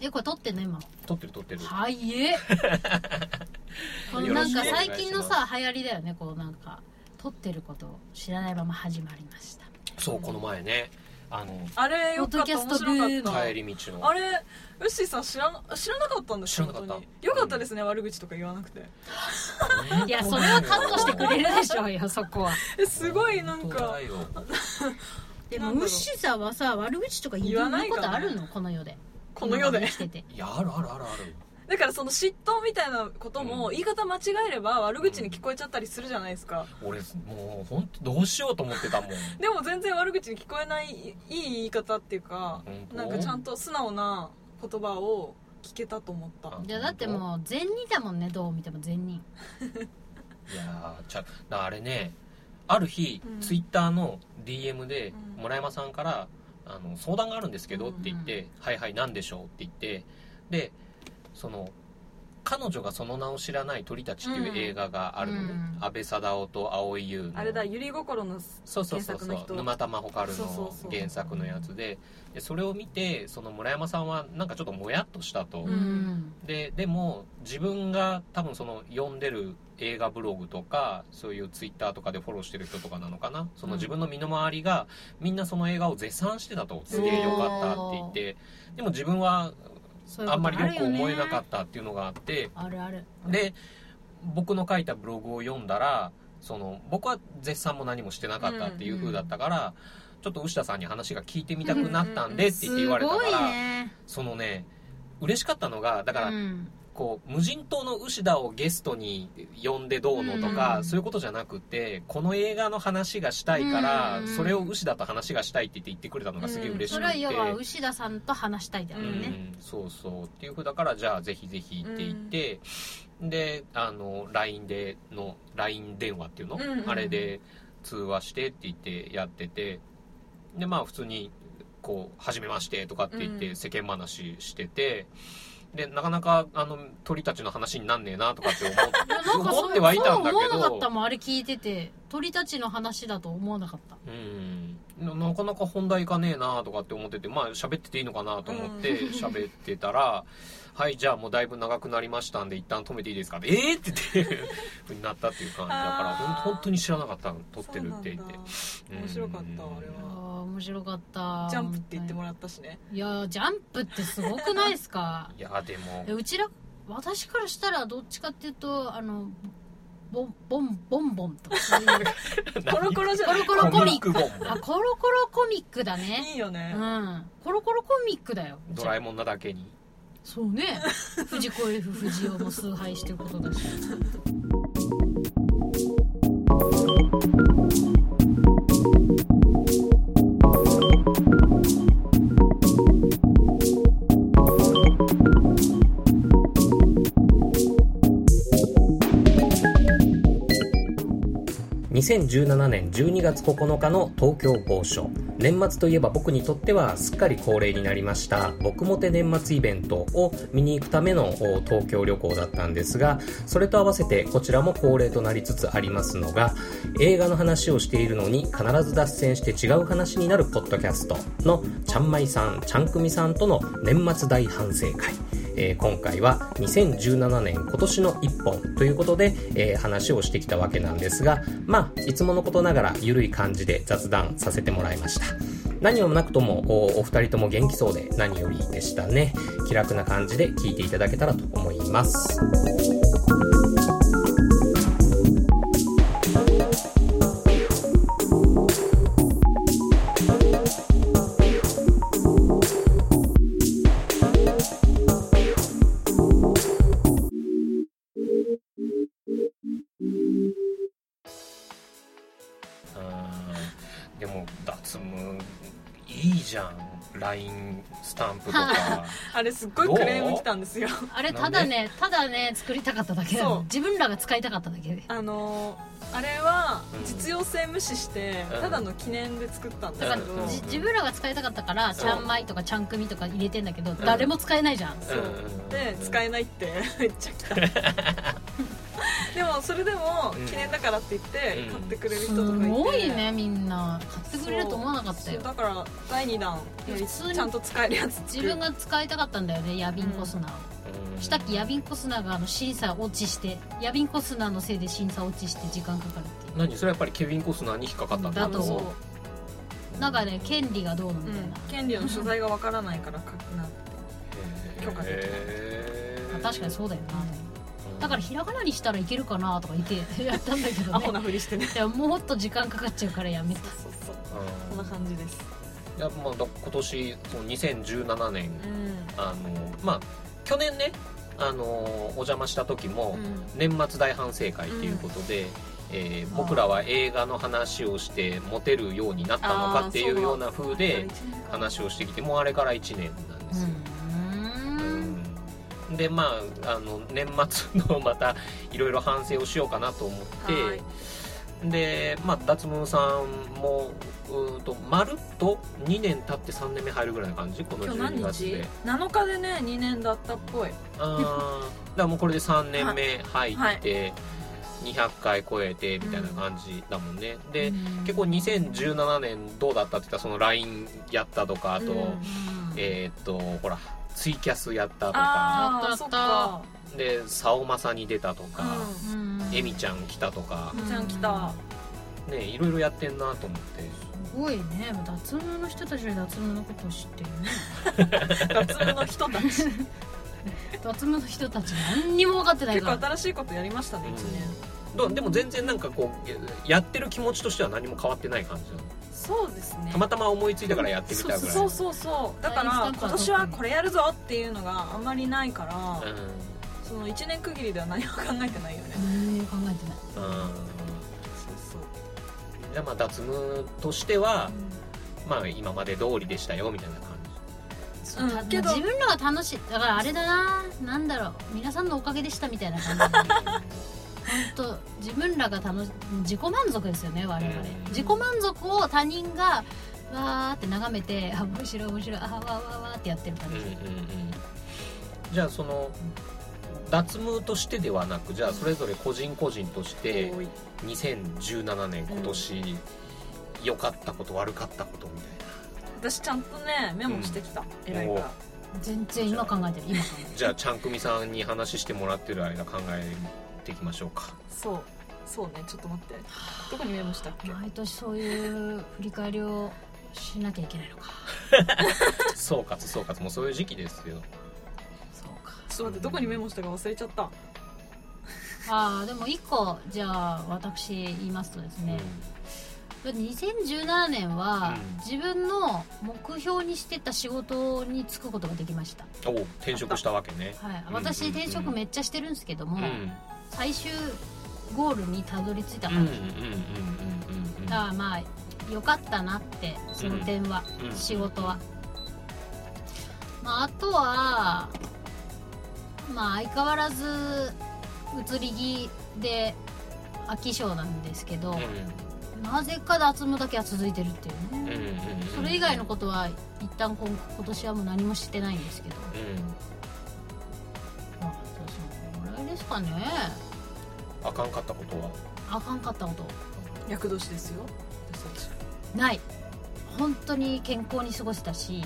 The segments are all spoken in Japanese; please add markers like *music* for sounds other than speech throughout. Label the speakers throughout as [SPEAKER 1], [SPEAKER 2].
[SPEAKER 1] えこれ撮ってんの今
[SPEAKER 2] 撮ってる撮ってる
[SPEAKER 1] はいえ *laughs* このなんか最近のさ流行りだよねこうなんか撮ってることを知らないまま始まりました
[SPEAKER 2] そうこの前ねあの
[SPEAKER 3] あれよか
[SPEAKER 1] ポッド
[SPEAKER 3] った
[SPEAKER 1] キャス
[SPEAKER 3] 面
[SPEAKER 1] トブーム
[SPEAKER 3] 白かった
[SPEAKER 2] 帰り道の
[SPEAKER 3] あれウッシーさん知らな知らなかったんですよ
[SPEAKER 2] 知らな
[SPEAKER 3] 本
[SPEAKER 2] かった
[SPEAKER 3] 当によかったですね悪口とか言わなくて
[SPEAKER 1] いやそれはカットしてくれるでしょ
[SPEAKER 3] *laughs*
[SPEAKER 1] うよそこは
[SPEAKER 3] えすごいなんか
[SPEAKER 1] でもウッシーさんはさ悪口とか言
[SPEAKER 3] 言わ
[SPEAKER 1] わな
[SPEAKER 3] ないい
[SPEAKER 1] こ
[SPEAKER 3] か
[SPEAKER 1] と
[SPEAKER 3] ら
[SPEAKER 1] あるのこの世で
[SPEAKER 3] この世で
[SPEAKER 1] 今ま生きてて
[SPEAKER 2] いやあるあるあるある
[SPEAKER 3] だからその嫉妬みたいなこと
[SPEAKER 2] う
[SPEAKER 3] も
[SPEAKER 2] ん
[SPEAKER 3] 言い方間違えれば悪口に聞こえちゃったりするじゃないですか
[SPEAKER 2] 俺もう本当どうしようと思ってたもん
[SPEAKER 3] でも全然悪口に聞こえないいい言い方っていうか
[SPEAKER 2] 本当
[SPEAKER 3] なんかちゃんと素直な言葉を聞けたと思った
[SPEAKER 2] あ
[SPEAKER 1] いやだってもう善人だもんねどう見ても善人
[SPEAKER 2] いやーちゃだあれねある日、
[SPEAKER 3] うん
[SPEAKER 2] ツイッターの DM で
[SPEAKER 3] うん
[SPEAKER 2] 村山さんから「あの相談があるんですけど」って言って「
[SPEAKER 1] うん
[SPEAKER 2] はいはい何でしょう?」って言ってでその彼女がその名を知らない鳥たちっていう映画があるので、
[SPEAKER 1] うん
[SPEAKER 2] 安倍貞夫と蒼井優の
[SPEAKER 3] あれだゆり心のす
[SPEAKER 2] そうそうそうそ
[SPEAKER 3] 原作の
[SPEAKER 2] う
[SPEAKER 3] 人
[SPEAKER 2] 沼田真穂る
[SPEAKER 3] そうそ
[SPEAKER 2] の
[SPEAKER 3] うそう
[SPEAKER 2] 原作のやつででそれを見てその村山さんはなんかちょっともやっとしたと、
[SPEAKER 3] うん
[SPEAKER 2] ででも自分が多分その読んでる映画ブログとかそういうツイッターとかでフォローしてる人とかなのかなその
[SPEAKER 1] うん
[SPEAKER 2] 自分の身の回りがみんなその映画を絶賛してたとすげえよかったって言ってでも自分は
[SPEAKER 1] そういう
[SPEAKER 2] あ
[SPEAKER 1] こ
[SPEAKER 2] ん
[SPEAKER 1] と
[SPEAKER 2] まりよ
[SPEAKER 1] る
[SPEAKER 2] く
[SPEAKER 1] よね
[SPEAKER 2] 思えなかったっていうのがあって
[SPEAKER 1] あるある
[SPEAKER 2] で僕の書いたブログを読んだらその僕は絶賛も何もしてなかったっていう風だったから、ちょっと牛田さんに話が聞いてみたくなったんでって言って言われたから、
[SPEAKER 1] すごいね
[SPEAKER 2] そのね嬉しかったのがだから、
[SPEAKER 1] うん
[SPEAKER 2] こう無人島の牛田をゲストに呼んでどうのとか、
[SPEAKER 1] うん
[SPEAKER 2] そういうことじゃなくてこの映画の話がしたいから、
[SPEAKER 1] うん
[SPEAKER 2] それを牛田と話がしたいって言って言ってくれたのがすげえ嬉し
[SPEAKER 1] そ
[SPEAKER 2] く
[SPEAKER 1] れは
[SPEAKER 2] て、
[SPEAKER 1] 要は牛田さんと話したいだ
[SPEAKER 2] う
[SPEAKER 1] ろ
[SPEAKER 2] ん
[SPEAKER 1] うね、
[SPEAKER 2] そうそうっていうふうだからじゃあぜひぜひって言って、であの LINE での LINE 電話っていうの、
[SPEAKER 3] うんうん
[SPEAKER 2] あれで通話してって言ってやっててでまあ普通にこう「はじめまして」とかって言っ
[SPEAKER 3] う
[SPEAKER 2] て
[SPEAKER 3] ん
[SPEAKER 2] 世間話してて。でなかなかあの鳥たちの話になんねえなとかって思って
[SPEAKER 1] いやなんか
[SPEAKER 2] 思
[SPEAKER 1] そ
[SPEAKER 2] っ
[SPEAKER 1] う
[SPEAKER 2] てはいたんだけど
[SPEAKER 1] そう思わなかったもんあれ聞いてて鳥たちの話だと思わなかった
[SPEAKER 2] うんななかなか本題いかねえなとかって思っててまあ喋ってていいのかなと思って
[SPEAKER 3] うん
[SPEAKER 2] 喋ってたら「はいじゃあもうだいぶ長くなりましたんで一旦止めていいですか」って「えー!」って言ってふうになったっていう感じだから
[SPEAKER 3] あー
[SPEAKER 2] ほん本当に知らなかったの撮ってるって言って
[SPEAKER 3] そうなんだ面白か
[SPEAKER 2] う
[SPEAKER 3] った
[SPEAKER 2] ん
[SPEAKER 3] あれ
[SPEAKER 1] あー
[SPEAKER 3] は
[SPEAKER 1] 面白かった
[SPEAKER 3] ジャンプって言ってもらったしね
[SPEAKER 1] いやージャンプってすごくないですか
[SPEAKER 2] いやでも
[SPEAKER 1] いやうちら私からしたらどっちかっていうとあのボンボンボンボンとか
[SPEAKER 2] *laughs*
[SPEAKER 1] そういう
[SPEAKER 3] コロコロじゃ
[SPEAKER 1] コロ
[SPEAKER 3] ない
[SPEAKER 1] コロコミック
[SPEAKER 2] ク本
[SPEAKER 1] あコロコロコミックだね
[SPEAKER 3] いいよ
[SPEAKER 1] う
[SPEAKER 3] ね
[SPEAKER 1] んコロコロコミックだよ
[SPEAKER 2] ドラえもんなだけに
[SPEAKER 1] そうね藤子 F 不二雄も崇拝してることだし
[SPEAKER 2] 2017年12月9日の東京某所年末といえば僕にとってはすっかり恒例になりました僕もて年末イベントを見に行くためのお東京旅行だったんですがそれと合わせてこちらも恒例となりつつありますのが映画の話をしているのに必ず脱線して違う話になるポッドキャストのちゃんまいさんちゃんくみさんとの年末大反省会えー今回は2017年今年の一本ということで、えー話をしてきたわけなんですがまあいつものことながらゆるい感じで雑談させてもらいました何をなくともおお二人とも元気そうで何よりでしたね気楽な感じで聞いていただけたらと思いますうんでも脱無いいじゃん LINE スタンプとか
[SPEAKER 3] あれすっごいクレーム来たんですよ
[SPEAKER 1] あれ
[SPEAKER 2] な
[SPEAKER 1] た
[SPEAKER 2] んで
[SPEAKER 1] だねただね作りたかっただけだ
[SPEAKER 3] そ
[SPEAKER 1] よ
[SPEAKER 3] う
[SPEAKER 1] 自分らが使いたかっただけで
[SPEAKER 3] あのーあれは
[SPEAKER 2] うん
[SPEAKER 3] 実用性無視して
[SPEAKER 2] うん
[SPEAKER 3] ただの記念で作ったん
[SPEAKER 1] だ
[SPEAKER 3] だ
[SPEAKER 1] か
[SPEAKER 3] け
[SPEAKER 1] ら
[SPEAKER 3] ど
[SPEAKER 2] うん
[SPEAKER 1] じ自分らが使いたかったから
[SPEAKER 2] そ
[SPEAKER 1] ち
[SPEAKER 2] う
[SPEAKER 1] ゃんまいとかちゃんくみとか入れてんだけど誰も使えないじゃん
[SPEAKER 3] そう
[SPEAKER 2] うん *laughs*
[SPEAKER 3] *laughs* で使えないってめっちゃ来たでもそれでも
[SPEAKER 2] うん
[SPEAKER 3] 記念だからって言って
[SPEAKER 2] うん
[SPEAKER 3] 買ってくれる人とか
[SPEAKER 1] す
[SPEAKER 3] いて
[SPEAKER 1] ごいねみんな買ってくれると思わなかった
[SPEAKER 3] そ
[SPEAKER 1] よ
[SPEAKER 3] うだから第2弾よ
[SPEAKER 1] 普
[SPEAKER 3] り
[SPEAKER 1] 通に
[SPEAKER 3] ちゃんと使えるやつ
[SPEAKER 1] 自分が使いたかったんだよねヤビンコスナーをしたっ
[SPEAKER 2] き
[SPEAKER 1] きヤビンコスナーがあの審査落ちしてヤビンコスナーのせいで審査落ちして時間かかるっていう
[SPEAKER 2] 何それやっぱりケビン・コスナーに引っかかったん
[SPEAKER 1] だと
[SPEAKER 3] あの
[SPEAKER 1] 思う
[SPEAKER 3] そ
[SPEAKER 1] なんかね権利がどうの
[SPEAKER 3] う、う
[SPEAKER 1] みたい
[SPEAKER 3] ん
[SPEAKER 1] な、、
[SPEAKER 3] 権利の所在がわからないから書くな
[SPEAKER 1] *laughs*
[SPEAKER 3] って
[SPEAKER 2] へー
[SPEAKER 3] 許可でき
[SPEAKER 1] あ確かにそうだよなと思ってだからひらがなにしたらいけるかなとか言って *laughs* やったんだけど
[SPEAKER 3] アホ
[SPEAKER 1] ね
[SPEAKER 3] なふりしてね
[SPEAKER 1] いやもっと時間かかっちゃうからやめた
[SPEAKER 3] そうそうそう
[SPEAKER 2] うん
[SPEAKER 3] こんな感じです
[SPEAKER 2] いやまあだ今年その2017年
[SPEAKER 3] うん
[SPEAKER 2] あのまあ去年ねあのお邪魔した時も
[SPEAKER 3] うん
[SPEAKER 2] 年末大反省会っていうことで、えー僕らは映画の話をしてモテるようになったのかっていうような風で話をしてきてもうあれから1年なんですよ、うんでまああの年末のまたいろいろ反省をしようかなと思って、
[SPEAKER 3] はい
[SPEAKER 2] で、まあ、脱毛さんもうーんとまるっと2年経って3年目入るぐらいな感じこの
[SPEAKER 3] 今日
[SPEAKER 2] 12
[SPEAKER 3] 何
[SPEAKER 2] 月
[SPEAKER 3] 日
[SPEAKER 2] で
[SPEAKER 3] 7日でね2年だったっぽい
[SPEAKER 2] あーだからもうこれで3年目入って200回超えてみたいな感じだもんね、で結構2017年どうだったって言ったらその LINE やったとかあと、
[SPEAKER 3] うん
[SPEAKER 2] えーっとほらツイキャスやったとか
[SPEAKER 3] あ
[SPEAKER 1] や
[SPEAKER 3] あ
[SPEAKER 1] った
[SPEAKER 3] そ
[SPEAKER 1] や
[SPEAKER 3] っ
[SPEAKER 1] った
[SPEAKER 3] か
[SPEAKER 2] で「さおまさ」に出たとか
[SPEAKER 3] う
[SPEAKER 2] 「えみちゃん来た」とか
[SPEAKER 3] んみちゃん来た
[SPEAKER 2] ねいろいろやってんなと思って
[SPEAKER 1] すごいね脱毛の人たちより脱毛のことを知ってるね *laughs*
[SPEAKER 3] 脱毛の人たち結
[SPEAKER 1] 脱毛の人たち何にも分かってないか
[SPEAKER 3] 構
[SPEAKER 1] ら
[SPEAKER 3] 新しいことやりましたね1年
[SPEAKER 2] どうでも全然なんかこうやってる気持ちとしては何も変わってない感じなの
[SPEAKER 3] そうですね
[SPEAKER 2] たまたま思いついたからやってみたぐらい
[SPEAKER 3] そうそうそうそうだか
[SPEAKER 1] ライ
[SPEAKER 3] ら
[SPEAKER 1] ンスタンプは
[SPEAKER 3] 今年はこれやるぞっていうのがあんまりないから、
[SPEAKER 2] うん
[SPEAKER 3] その1年区切りでは何も考えてないよね
[SPEAKER 1] 何も考えてない
[SPEAKER 2] うん
[SPEAKER 3] そうそう
[SPEAKER 2] じゃあまあ脱毛としては、まあ今まで通りでしたよみたいな感
[SPEAKER 1] そう
[SPEAKER 3] うん
[SPEAKER 1] た
[SPEAKER 3] けど
[SPEAKER 1] 自分らが楽しいだからあれだななんだろう皆さんのおかげでしたみたいな
[SPEAKER 2] *laughs*
[SPEAKER 1] 感じ本
[SPEAKER 3] *laughs*
[SPEAKER 1] 当自分らが楽し自己満足ですよね我々、
[SPEAKER 2] うん
[SPEAKER 1] 自己満足を他人がわーって眺めてあ面白い面白いあわーわーわーってやってる感
[SPEAKER 2] じ、
[SPEAKER 1] じ、
[SPEAKER 2] じゃあその脱毛としてではなくじゃあそれぞれ個人個人として
[SPEAKER 3] 多い
[SPEAKER 2] 2017年今年良かったこと悪かったことみたい
[SPEAKER 3] 私ちゃんとねメモしてきた、偉いから
[SPEAKER 1] 全然今考えてる今考えて
[SPEAKER 2] なじゃあちゃんくみさんに話してもらってる間考えていきましょう
[SPEAKER 1] *laughs*
[SPEAKER 2] か
[SPEAKER 3] そうそうねちょっと待ってどこにメモしたっけ
[SPEAKER 1] る毎年そういう振り返りをしなきゃいけないのか
[SPEAKER 2] 総括総括もうそういう時期ですよ
[SPEAKER 1] そうか
[SPEAKER 3] ちょっと待ってどこにメモしたか忘れちゃった
[SPEAKER 1] ああでも一個じゃあ私言いますとですね、2017年は
[SPEAKER 2] うん
[SPEAKER 1] 自分の目標にしてた仕事に就くことができました、
[SPEAKER 2] うん、お転職したわけね
[SPEAKER 1] はい、
[SPEAKER 2] うん
[SPEAKER 1] 私転職めっちゃしてるんですけども、
[SPEAKER 2] うん
[SPEAKER 1] 最終ゴールにたどり着いた
[SPEAKER 2] うん
[SPEAKER 1] から、
[SPEAKER 2] うんうんうん
[SPEAKER 1] だからまあよかったなってその点は、
[SPEAKER 2] うんうん
[SPEAKER 1] 仕事は、まあ、あとはまあ相変わらず移り気で飽き性なんですけど、なぜか脱毛だけは続いてるっていうね、
[SPEAKER 2] うんうんうんうんうん
[SPEAKER 1] それ以外のことは一旦今今年はもう何もしてないんですけど、
[SPEAKER 2] うん
[SPEAKER 1] まあ、私もこれですかね
[SPEAKER 2] あかんかったことは
[SPEAKER 1] あかんかったこと
[SPEAKER 3] 厄年ですよ私たち
[SPEAKER 1] ない本当に健康に過ごせたし
[SPEAKER 2] うん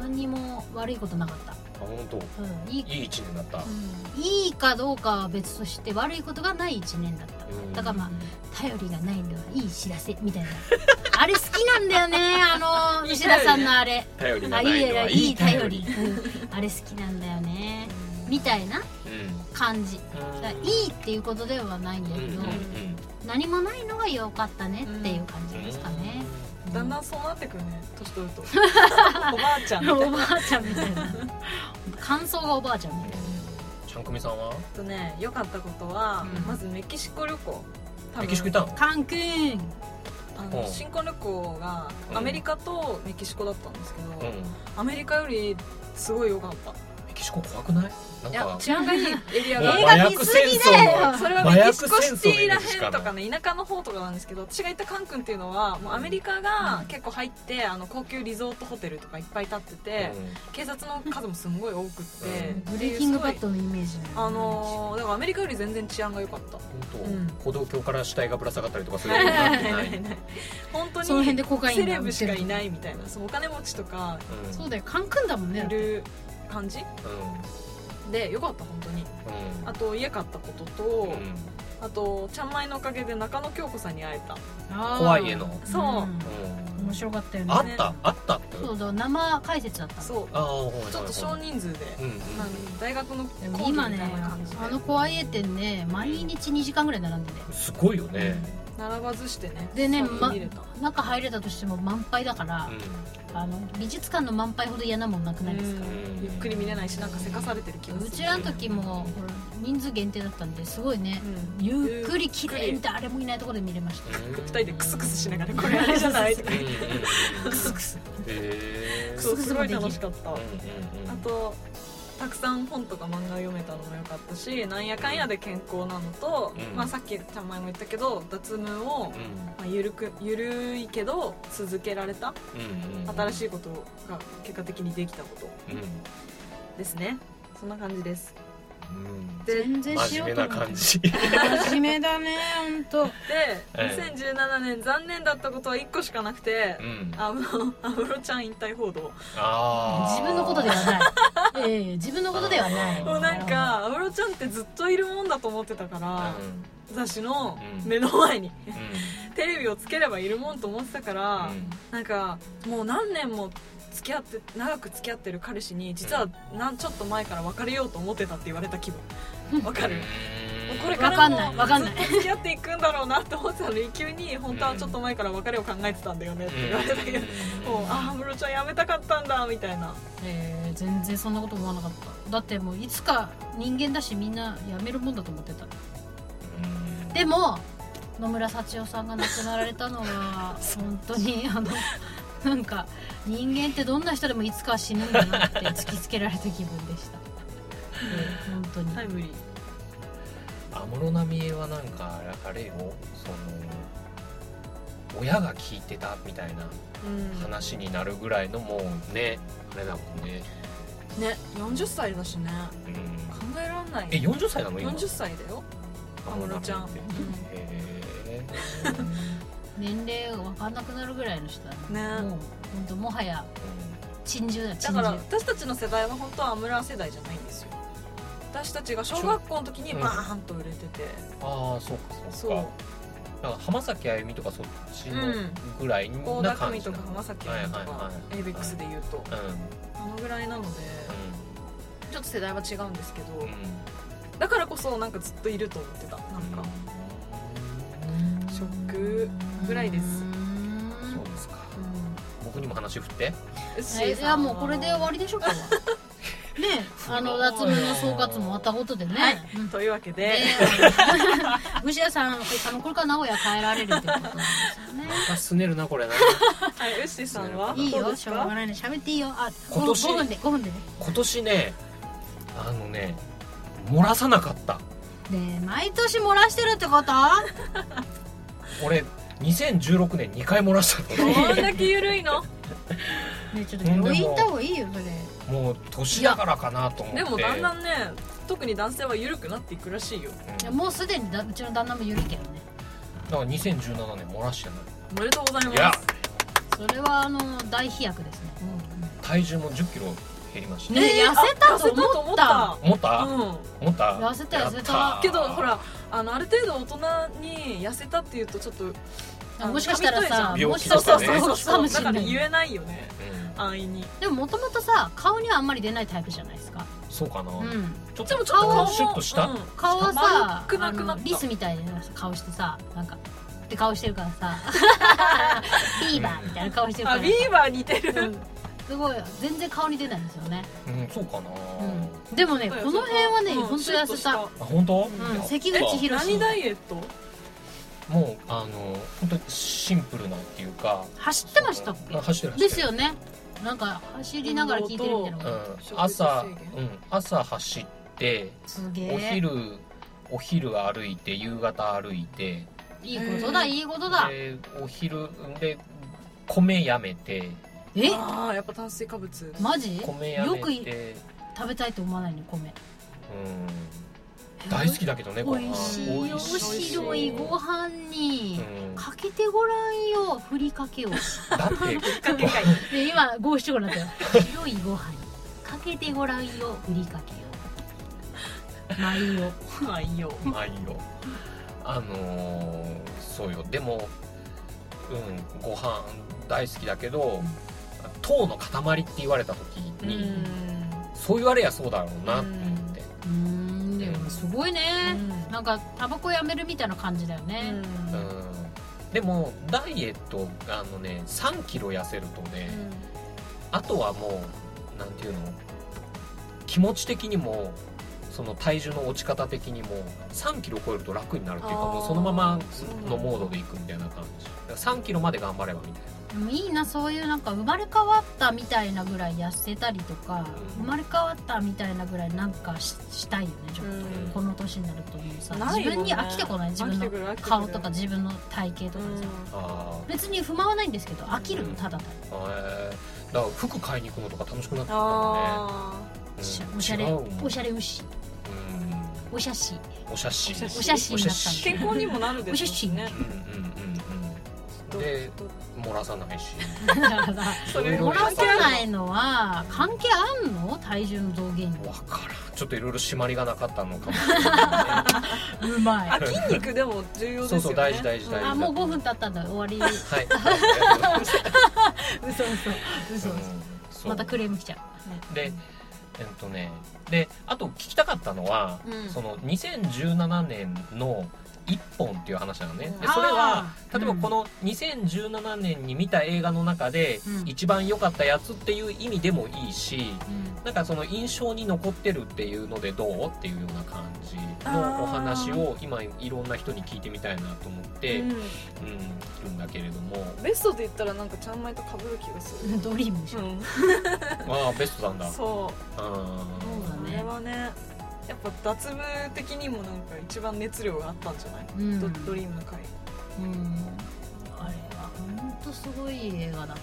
[SPEAKER 1] 何も悪いことなかっ
[SPEAKER 2] あ本当
[SPEAKER 1] た、うんいい
[SPEAKER 2] いい一年だった、
[SPEAKER 1] いいかどうかは別として悪いことがない1年だった、
[SPEAKER 2] うん
[SPEAKER 1] だからまあ頼りがないのはいい知らせみたいな *laughs* あれ好きなんだよねあの
[SPEAKER 3] *laughs* いい
[SPEAKER 1] 西田さんのあれ
[SPEAKER 2] 頼り
[SPEAKER 1] あ
[SPEAKER 2] がない
[SPEAKER 1] い
[SPEAKER 2] いのはいい
[SPEAKER 1] い
[SPEAKER 2] い
[SPEAKER 1] い
[SPEAKER 2] 頼
[SPEAKER 1] 頼
[SPEAKER 2] り
[SPEAKER 1] り、うんあれ好きなんだよねみたいな感じ
[SPEAKER 2] うん
[SPEAKER 1] だからい
[SPEAKER 2] い
[SPEAKER 1] いっていうことではないんだけど、何もないのが良かったねっていう感じですかね、う
[SPEAKER 3] だんだんそうなってくるね年取る
[SPEAKER 2] *laughs*
[SPEAKER 3] とおばあちゃんみたい
[SPEAKER 1] お
[SPEAKER 3] な
[SPEAKER 1] ばあちゃんみたいな感想がおばあちゃんみたい
[SPEAKER 2] ちゃんくみさんは
[SPEAKER 3] えっとね良かったことは、
[SPEAKER 1] うん
[SPEAKER 3] まずメキシコ旅行
[SPEAKER 2] メキシコ行ったの
[SPEAKER 1] なカン君
[SPEAKER 3] あ
[SPEAKER 2] うん
[SPEAKER 3] の新婚旅行が
[SPEAKER 2] うん
[SPEAKER 3] アメリカとメキシコだったんですけど、
[SPEAKER 2] うんメ
[SPEAKER 3] アメリカよりすごい良かった
[SPEAKER 2] キ岸子怖くないなん
[SPEAKER 3] いや
[SPEAKER 2] か
[SPEAKER 3] 治安がいいエリア
[SPEAKER 1] 映
[SPEAKER 3] が
[SPEAKER 1] 画見すぎだよ
[SPEAKER 3] それは
[SPEAKER 2] 麻
[SPEAKER 3] メキ
[SPEAKER 2] 薬
[SPEAKER 3] シコシテ
[SPEAKER 2] 戦争のイ
[SPEAKER 3] ィら
[SPEAKER 2] メージしか
[SPEAKER 3] へん
[SPEAKER 2] ない
[SPEAKER 3] とかね田舎の方とかなんですけど私が行ったカン君っていうのはもうアメリカが結構入ってあの高級リゾートホテルとかいっぱい建ってて、警察の数もすごい多くって、
[SPEAKER 2] う
[SPEAKER 1] ブレイキングバッドのイメージ
[SPEAKER 3] あのー、だからアメリカより全然治安が良かったうん
[SPEAKER 2] 本当歩道橋から死体がぶら下がったりとかする
[SPEAKER 3] な
[SPEAKER 2] よ
[SPEAKER 3] いう
[SPEAKER 2] に
[SPEAKER 3] な
[SPEAKER 2] なってな
[SPEAKER 3] いないいない本当
[SPEAKER 1] *laughs*
[SPEAKER 3] に
[SPEAKER 1] その辺でコカインが
[SPEAKER 3] セレブしかいないみたい
[SPEAKER 1] 売っ
[SPEAKER 3] な
[SPEAKER 1] て
[SPEAKER 3] そうお金持ちとか
[SPEAKER 2] うん
[SPEAKER 1] そうだよカンクンだもんね
[SPEAKER 3] いる感じ
[SPEAKER 2] う
[SPEAKER 3] で良かった本当に
[SPEAKER 2] んうん
[SPEAKER 3] あと家買ったことと、
[SPEAKER 2] うん
[SPEAKER 3] あとちゃんまいのおかげで中野京子さんに会えた
[SPEAKER 2] 怖い絵の
[SPEAKER 3] そう
[SPEAKER 2] うん
[SPEAKER 1] ん面白かったよね
[SPEAKER 2] あったあったって
[SPEAKER 1] そうだ生解説だったの
[SPEAKER 3] そう
[SPEAKER 2] ああほらほらほら
[SPEAKER 3] ちょっと少人数で、
[SPEAKER 2] うんうん
[SPEAKER 3] なん大学の
[SPEAKER 1] でも
[SPEAKER 3] 講義み
[SPEAKER 1] 今
[SPEAKER 3] たい
[SPEAKER 1] ね
[SPEAKER 3] な感じで
[SPEAKER 1] あの怖い絵店ね毎日2時間ぐらい並んでて
[SPEAKER 2] すごいよね
[SPEAKER 3] 並ばずしてね
[SPEAKER 1] でね
[SPEAKER 3] さっき
[SPEAKER 1] ま
[SPEAKER 3] 見れた、
[SPEAKER 1] 中入れたとしても満杯だから、あの美術館の満杯ほど嫌なもんなくないですか、
[SPEAKER 2] うん
[SPEAKER 3] ゆっくり見れないしなんかせかされてる気がす
[SPEAKER 1] う
[SPEAKER 3] る
[SPEAKER 1] ちらの時もほら人数限定だったんですごいね、ゆっくり綺麗に誰もいないところで見れました
[SPEAKER 2] うん
[SPEAKER 3] 2人でクスクスしながらこれあれじゃないとか
[SPEAKER 2] うんうんうん
[SPEAKER 3] クスクス
[SPEAKER 2] へー
[SPEAKER 3] そうすごい楽しかっ
[SPEAKER 2] う
[SPEAKER 3] た
[SPEAKER 2] んうんうん
[SPEAKER 3] あとたくさん本とか漫画読めたのも良かったしなんやかんやで健康なのと、
[SPEAKER 2] うん
[SPEAKER 3] まあ、さっきちゃんまいも言ったけど脱毛
[SPEAKER 2] う、
[SPEAKER 3] を
[SPEAKER 2] ん
[SPEAKER 3] まあ、ゆるくゆるいけど続けられた
[SPEAKER 2] うんうん
[SPEAKER 3] 新しいことが結果的にできたこと
[SPEAKER 2] う
[SPEAKER 3] ですねそんな感じです
[SPEAKER 2] んうん
[SPEAKER 3] で
[SPEAKER 1] 全然
[SPEAKER 2] 真
[SPEAKER 1] 素人
[SPEAKER 2] 面目な感じ
[SPEAKER 1] 真面目だね本当。
[SPEAKER 3] で、
[SPEAKER 2] ええ
[SPEAKER 3] 2017年残念だったことは1個しかなくて
[SPEAKER 2] うん
[SPEAKER 3] 安室安室ちゃん引退報道
[SPEAKER 2] あー
[SPEAKER 1] 自分のことでは
[SPEAKER 3] *laughs*
[SPEAKER 1] ないええ自分のことではない
[SPEAKER 3] もうなんか安室ちゃんってずっといるもんだと思ってたから、雑誌の
[SPEAKER 2] うん
[SPEAKER 3] 目の前に、
[SPEAKER 2] うん
[SPEAKER 3] テレビをつければいるもんと思ってたから、なんかもう何年も付き合って長く付き合ってる彼氏に実はなんちょっと前から別れようと思ってたって言われた気 *laughs* 分わかるもうこれか
[SPEAKER 1] わからん
[SPEAKER 3] も
[SPEAKER 1] ないわかんない
[SPEAKER 3] ずっと付き合っていくんだろうなって思ってたのに急に本当はちょっと前から別れを考えてたんだよねって言われたけど、もうああムロちゃんやめたかったんだみたいな
[SPEAKER 1] ええ全然そんなこと思わなかっただってもういつか人間だしみんな辞めるもんだと思ってたでも野村幸男さんが亡くなられたの
[SPEAKER 3] *laughs*
[SPEAKER 1] は本当にあのなんか人間ってどんな人でもいつかは死ぬんだなって突きつけられた気分でした、ええ本当に、
[SPEAKER 3] タイムリー
[SPEAKER 2] 安室奈美恵はなんかあれよその親が聞いてたみたいな
[SPEAKER 3] うん
[SPEAKER 2] 話になるぐらいのもうねあれだもんね、
[SPEAKER 3] ね40歳だしね
[SPEAKER 2] うん、
[SPEAKER 3] 考えらんない
[SPEAKER 2] え40歳なの今
[SPEAKER 3] 40歳だよ安室ちゃん
[SPEAKER 2] 安奈美恵ってへ
[SPEAKER 1] 年齢が分かんなくなるぐらいの人だねも
[SPEAKER 3] ね
[SPEAKER 1] う本当もはや珍獣だ
[SPEAKER 3] だ
[SPEAKER 1] 珍
[SPEAKER 3] から
[SPEAKER 1] 獣
[SPEAKER 3] 私たちの世代は本当はアムラー世代じゃないんですよ私たちが小学校の時に
[SPEAKER 2] うん
[SPEAKER 3] バーンと売れてて、
[SPEAKER 2] ーああそうかそう
[SPEAKER 3] そ
[SPEAKER 2] か
[SPEAKER 3] う
[SPEAKER 2] なんか浜崎あゆみとかそっちのぐらい
[SPEAKER 3] 郷
[SPEAKER 2] な
[SPEAKER 3] 田
[SPEAKER 2] 感じ
[SPEAKER 3] 來未と
[SPEAKER 2] な
[SPEAKER 3] か浜崎
[SPEAKER 2] はい
[SPEAKER 3] あゆ
[SPEAKER 2] はい
[SPEAKER 3] みと
[SPEAKER 2] は
[SPEAKER 3] か
[SPEAKER 2] い
[SPEAKER 3] エイベックスで言うとあのぐらいなのでちょっと世代は違うんですけ
[SPEAKER 2] うんう
[SPEAKER 3] ど
[SPEAKER 2] ん
[SPEAKER 3] だからこそなんかずっといると思ってたなんかショックぐらいです
[SPEAKER 1] うーん
[SPEAKER 2] うんそうですか僕にも話振って
[SPEAKER 3] うっしー
[SPEAKER 1] え
[SPEAKER 3] さん
[SPEAKER 1] じゃあもうこれで終わりでしょうかねえあの夏目の総括も終わったことでね、
[SPEAKER 3] はい
[SPEAKER 1] うん
[SPEAKER 3] というわけで、
[SPEAKER 1] で *laughs* 虫屋さんあのこれから名古屋帰られるってことなんですよね
[SPEAKER 2] またすねるなこれな
[SPEAKER 3] はい、ウッシーさんはい
[SPEAKER 1] い
[SPEAKER 3] どう
[SPEAKER 1] よ
[SPEAKER 3] です
[SPEAKER 1] しょうが
[SPEAKER 3] か
[SPEAKER 1] ないね喋っていいよあ
[SPEAKER 2] 今年
[SPEAKER 1] 5, 分で5分でね
[SPEAKER 2] *laughs* 今年ねあのね漏らさなかった
[SPEAKER 1] ねえ毎年漏らしてるってこと
[SPEAKER 2] 俺2016年2回漏らしたの
[SPEAKER 3] どんだけ緩いの
[SPEAKER 1] ねえちょっと病院行った方がいいよそれ
[SPEAKER 2] もう年だからかなと思って
[SPEAKER 3] でもだんだんね特に男性は緩くなっていくらしいよ
[SPEAKER 2] うん
[SPEAKER 1] い
[SPEAKER 2] だ
[SPEAKER 1] や
[SPEAKER 2] か
[SPEAKER 1] もうすでにだうちの旦那も緩いけどね
[SPEAKER 2] ら2017年漏らしてない
[SPEAKER 3] おめでとうございます
[SPEAKER 2] いや
[SPEAKER 1] それはあの大飛躍ですね、
[SPEAKER 2] 体重も1 0キロ減りました
[SPEAKER 1] ねえ痩せたと思った
[SPEAKER 2] 持った
[SPEAKER 3] うん
[SPEAKER 2] 持った
[SPEAKER 1] 痩せた
[SPEAKER 2] やっ
[SPEAKER 1] 痩せた
[SPEAKER 3] けどほらあのある程度大人に痩せたっていうとちょっと
[SPEAKER 1] あもしかしたらさ
[SPEAKER 2] 病
[SPEAKER 1] も
[SPEAKER 2] 気
[SPEAKER 1] し
[SPEAKER 2] と
[SPEAKER 1] か
[SPEAKER 2] か
[SPEAKER 1] した
[SPEAKER 2] ね
[SPEAKER 1] らそうかも
[SPEAKER 3] だ
[SPEAKER 1] し
[SPEAKER 3] か
[SPEAKER 1] れな
[SPEAKER 3] ら
[SPEAKER 1] い
[SPEAKER 3] 言えないよね
[SPEAKER 2] うん
[SPEAKER 3] 安易に
[SPEAKER 1] でももともとさ顔にはあんまり出ないタイプじゃないですか
[SPEAKER 2] そうかな
[SPEAKER 1] うん
[SPEAKER 2] ちょっ
[SPEAKER 3] で
[SPEAKER 2] と
[SPEAKER 3] もちょっと顔も
[SPEAKER 2] シュッとした
[SPEAKER 3] うん
[SPEAKER 1] 顔は
[SPEAKER 3] 丸
[SPEAKER 1] さ
[SPEAKER 3] くなくな
[SPEAKER 1] あ
[SPEAKER 3] っ
[SPEAKER 1] の
[SPEAKER 3] た
[SPEAKER 1] リスみたいな顔してさなんかって顔してるからさビーバーみたいな顔してるか
[SPEAKER 3] あ
[SPEAKER 1] ら
[SPEAKER 3] ビーバー似てる、
[SPEAKER 1] うんすごい全然顔に出ないんですよね、
[SPEAKER 2] うんそうかな
[SPEAKER 1] うん、でもねこの辺はね、
[SPEAKER 3] う
[SPEAKER 1] ほ
[SPEAKER 3] ん
[SPEAKER 1] んと痩せ
[SPEAKER 3] シュッ
[SPEAKER 1] た
[SPEAKER 3] とし
[SPEAKER 2] あ本当
[SPEAKER 1] うん
[SPEAKER 2] やっぱ
[SPEAKER 1] 関口ひろし
[SPEAKER 3] 何ダイエット
[SPEAKER 2] もうあの本当にシンプルなっていうか
[SPEAKER 1] 走ってましたっ
[SPEAKER 2] あ
[SPEAKER 1] け
[SPEAKER 2] 走ってる走ってる
[SPEAKER 1] ですよねなんか走りながら聞いてるみたいなこと
[SPEAKER 3] うん
[SPEAKER 2] 朝
[SPEAKER 3] 食事制、
[SPEAKER 2] う
[SPEAKER 3] 限
[SPEAKER 2] ん、朝走って
[SPEAKER 1] すげえ
[SPEAKER 2] お昼お昼歩いて夕方歩いて
[SPEAKER 1] いいことだ
[SPEAKER 3] えー
[SPEAKER 1] いいことだ
[SPEAKER 2] でお昼で米やめて
[SPEAKER 1] え
[SPEAKER 3] ああやっぱ炭水化物
[SPEAKER 1] マジ
[SPEAKER 2] 米や
[SPEAKER 1] よ
[SPEAKER 2] め
[SPEAKER 1] くい
[SPEAKER 2] て、
[SPEAKER 1] 食べたいと思わないの米
[SPEAKER 2] うん、大好きだけどねご飯
[SPEAKER 1] 美味しい
[SPEAKER 2] 美
[SPEAKER 1] よ
[SPEAKER 2] 味し
[SPEAKER 1] 白いご飯に
[SPEAKER 2] うん
[SPEAKER 1] かけてごらんよふりかけを
[SPEAKER 2] だって
[SPEAKER 3] かけかい
[SPEAKER 1] で今五七五になったよ白いご飯にかけてごらんよふりかけをまあいいよ
[SPEAKER 3] まあいいよ
[SPEAKER 2] ないよあのーそうよでもうんご飯大好きだけど糖の塊って言われた時
[SPEAKER 3] うん
[SPEAKER 2] に、そう言われやそうだろうなって思って、
[SPEAKER 1] うーんでもすごいね
[SPEAKER 3] うん
[SPEAKER 1] なんかタバコやめるみたいな感じだよね
[SPEAKER 2] うんでもダイエットあのね3キロ痩せるとね、あとはもうなんていうの気持ち的にもその体重の落ち方的にも3キロ超えると楽になるっていうか
[SPEAKER 3] あー
[SPEAKER 2] もうそのままのモードでいくみたいな感じだから3キロまで頑張ればみたいな
[SPEAKER 1] でもいいなそういうなんか生まれ変わったみたいなぐらい痩せたりとか
[SPEAKER 2] うん
[SPEAKER 1] 生まれ変わったみたいなぐらいなんかししたいよねちょっと
[SPEAKER 3] うん
[SPEAKER 1] この年になるともうさ
[SPEAKER 3] ないよ
[SPEAKER 1] 自
[SPEAKER 3] ね
[SPEAKER 1] 分に飽きてこない自分の
[SPEAKER 3] の
[SPEAKER 1] 顔とか自分の体型とかさ
[SPEAKER 2] あー
[SPEAKER 1] 別に不満はないんですけど飽きる
[SPEAKER 2] うん
[SPEAKER 1] のただただ
[SPEAKER 2] あーだから服買いに行くのとか楽しくなってきたも
[SPEAKER 3] あ
[SPEAKER 2] ん
[SPEAKER 3] あ
[SPEAKER 2] ね
[SPEAKER 1] し
[SPEAKER 2] うん
[SPEAKER 1] おしゃれ
[SPEAKER 2] 違うもん
[SPEAKER 1] おしゃれ牛
[SPEAKER 2] う
[SPEAKER 1] おしゃ *laughs* し
[SPEAKER 2] んお写真
[SPEAKER 3] お
[SPEAKER 1] おしゃしになった
[SPEAKER 2] おしゃし
[SPEAKER 1] ん
[SPEAKER 3] 健康にもなるでしょうしね
[SPEAKER 2] うんうんうんうんで漏らさない
[SPEAKER 1] *laughs*
[SPEAKER 2] し
[SPEAKER 1] だから
[SPEAKER 3] それ
[SPEAKER 1] 漏らさないいのは関係あんの体重の増減に
[SPEAKER 2] わからんちょっといろいろ締まりがなかっ
[SPEAKER 1] *laughs*
[SPEAKER 2] たのかも
[SPEAKER 1] うまい
[SPEAKER 3] あ筋肉でも重要ですよね
[SPEAKER 2] そうそう大事大事大事
[SPEAKER 1] あもう5分経ったんだ終わり嘘
[SPEAKER 2] はい。はい
[SPEAKER 1] 嘘嘘嘘
[SPEAKER 2] そう
[SPEAKER 1] またクレーム来ちゃう
[SPEAKER 2] で、えっとね、で、あと聞きたかったのは、
[SPEAKER 3] うん
[SPEAKER 2] その2017年の一本っていう話なのね。で
[SPEAKER 3] あー
[SPEAKER 2] それは
[SPEAKER 1] うん
[SPEAKER 2] 例えばこの2017年に見た映画の中で
[SPEAKER 1] うん
[SPEAKER 2] 一番良かったやつっていう意味でもいいし、なんかその印象に残ってるっていうのでどうっていうような感じのお話を今いろんな人に聞いてみたいなと思って、
[SPEAKER 3] う
[SPEAKER 2] うん、い
[SPEAKER 3] ん
[SPEAKER 2] るんだけれども、
[SPEAKER 3] ベストで言ったらなんかちゃんまいと被る気がする
[SPEAKER 1] ドリームでしょ、
[SPEAKER 3] う
[SPEAKER 2] ああベストなんだ。
[SPEAKER 3] んそう
[SPEAKER 2] うん
[SPEAKER 1] そうだ
[SPEAKER 3] こ
[SPEAKER 1] ね
[SPEAKER 3] れはねやっぱ脱部的にもなんか一番熱量があったんじゃない、
[SPEAKER 1] うん
[SPEAKER 3] ドドリームの回
[SPEAKER 1] うんあれは本当すごい映画だったね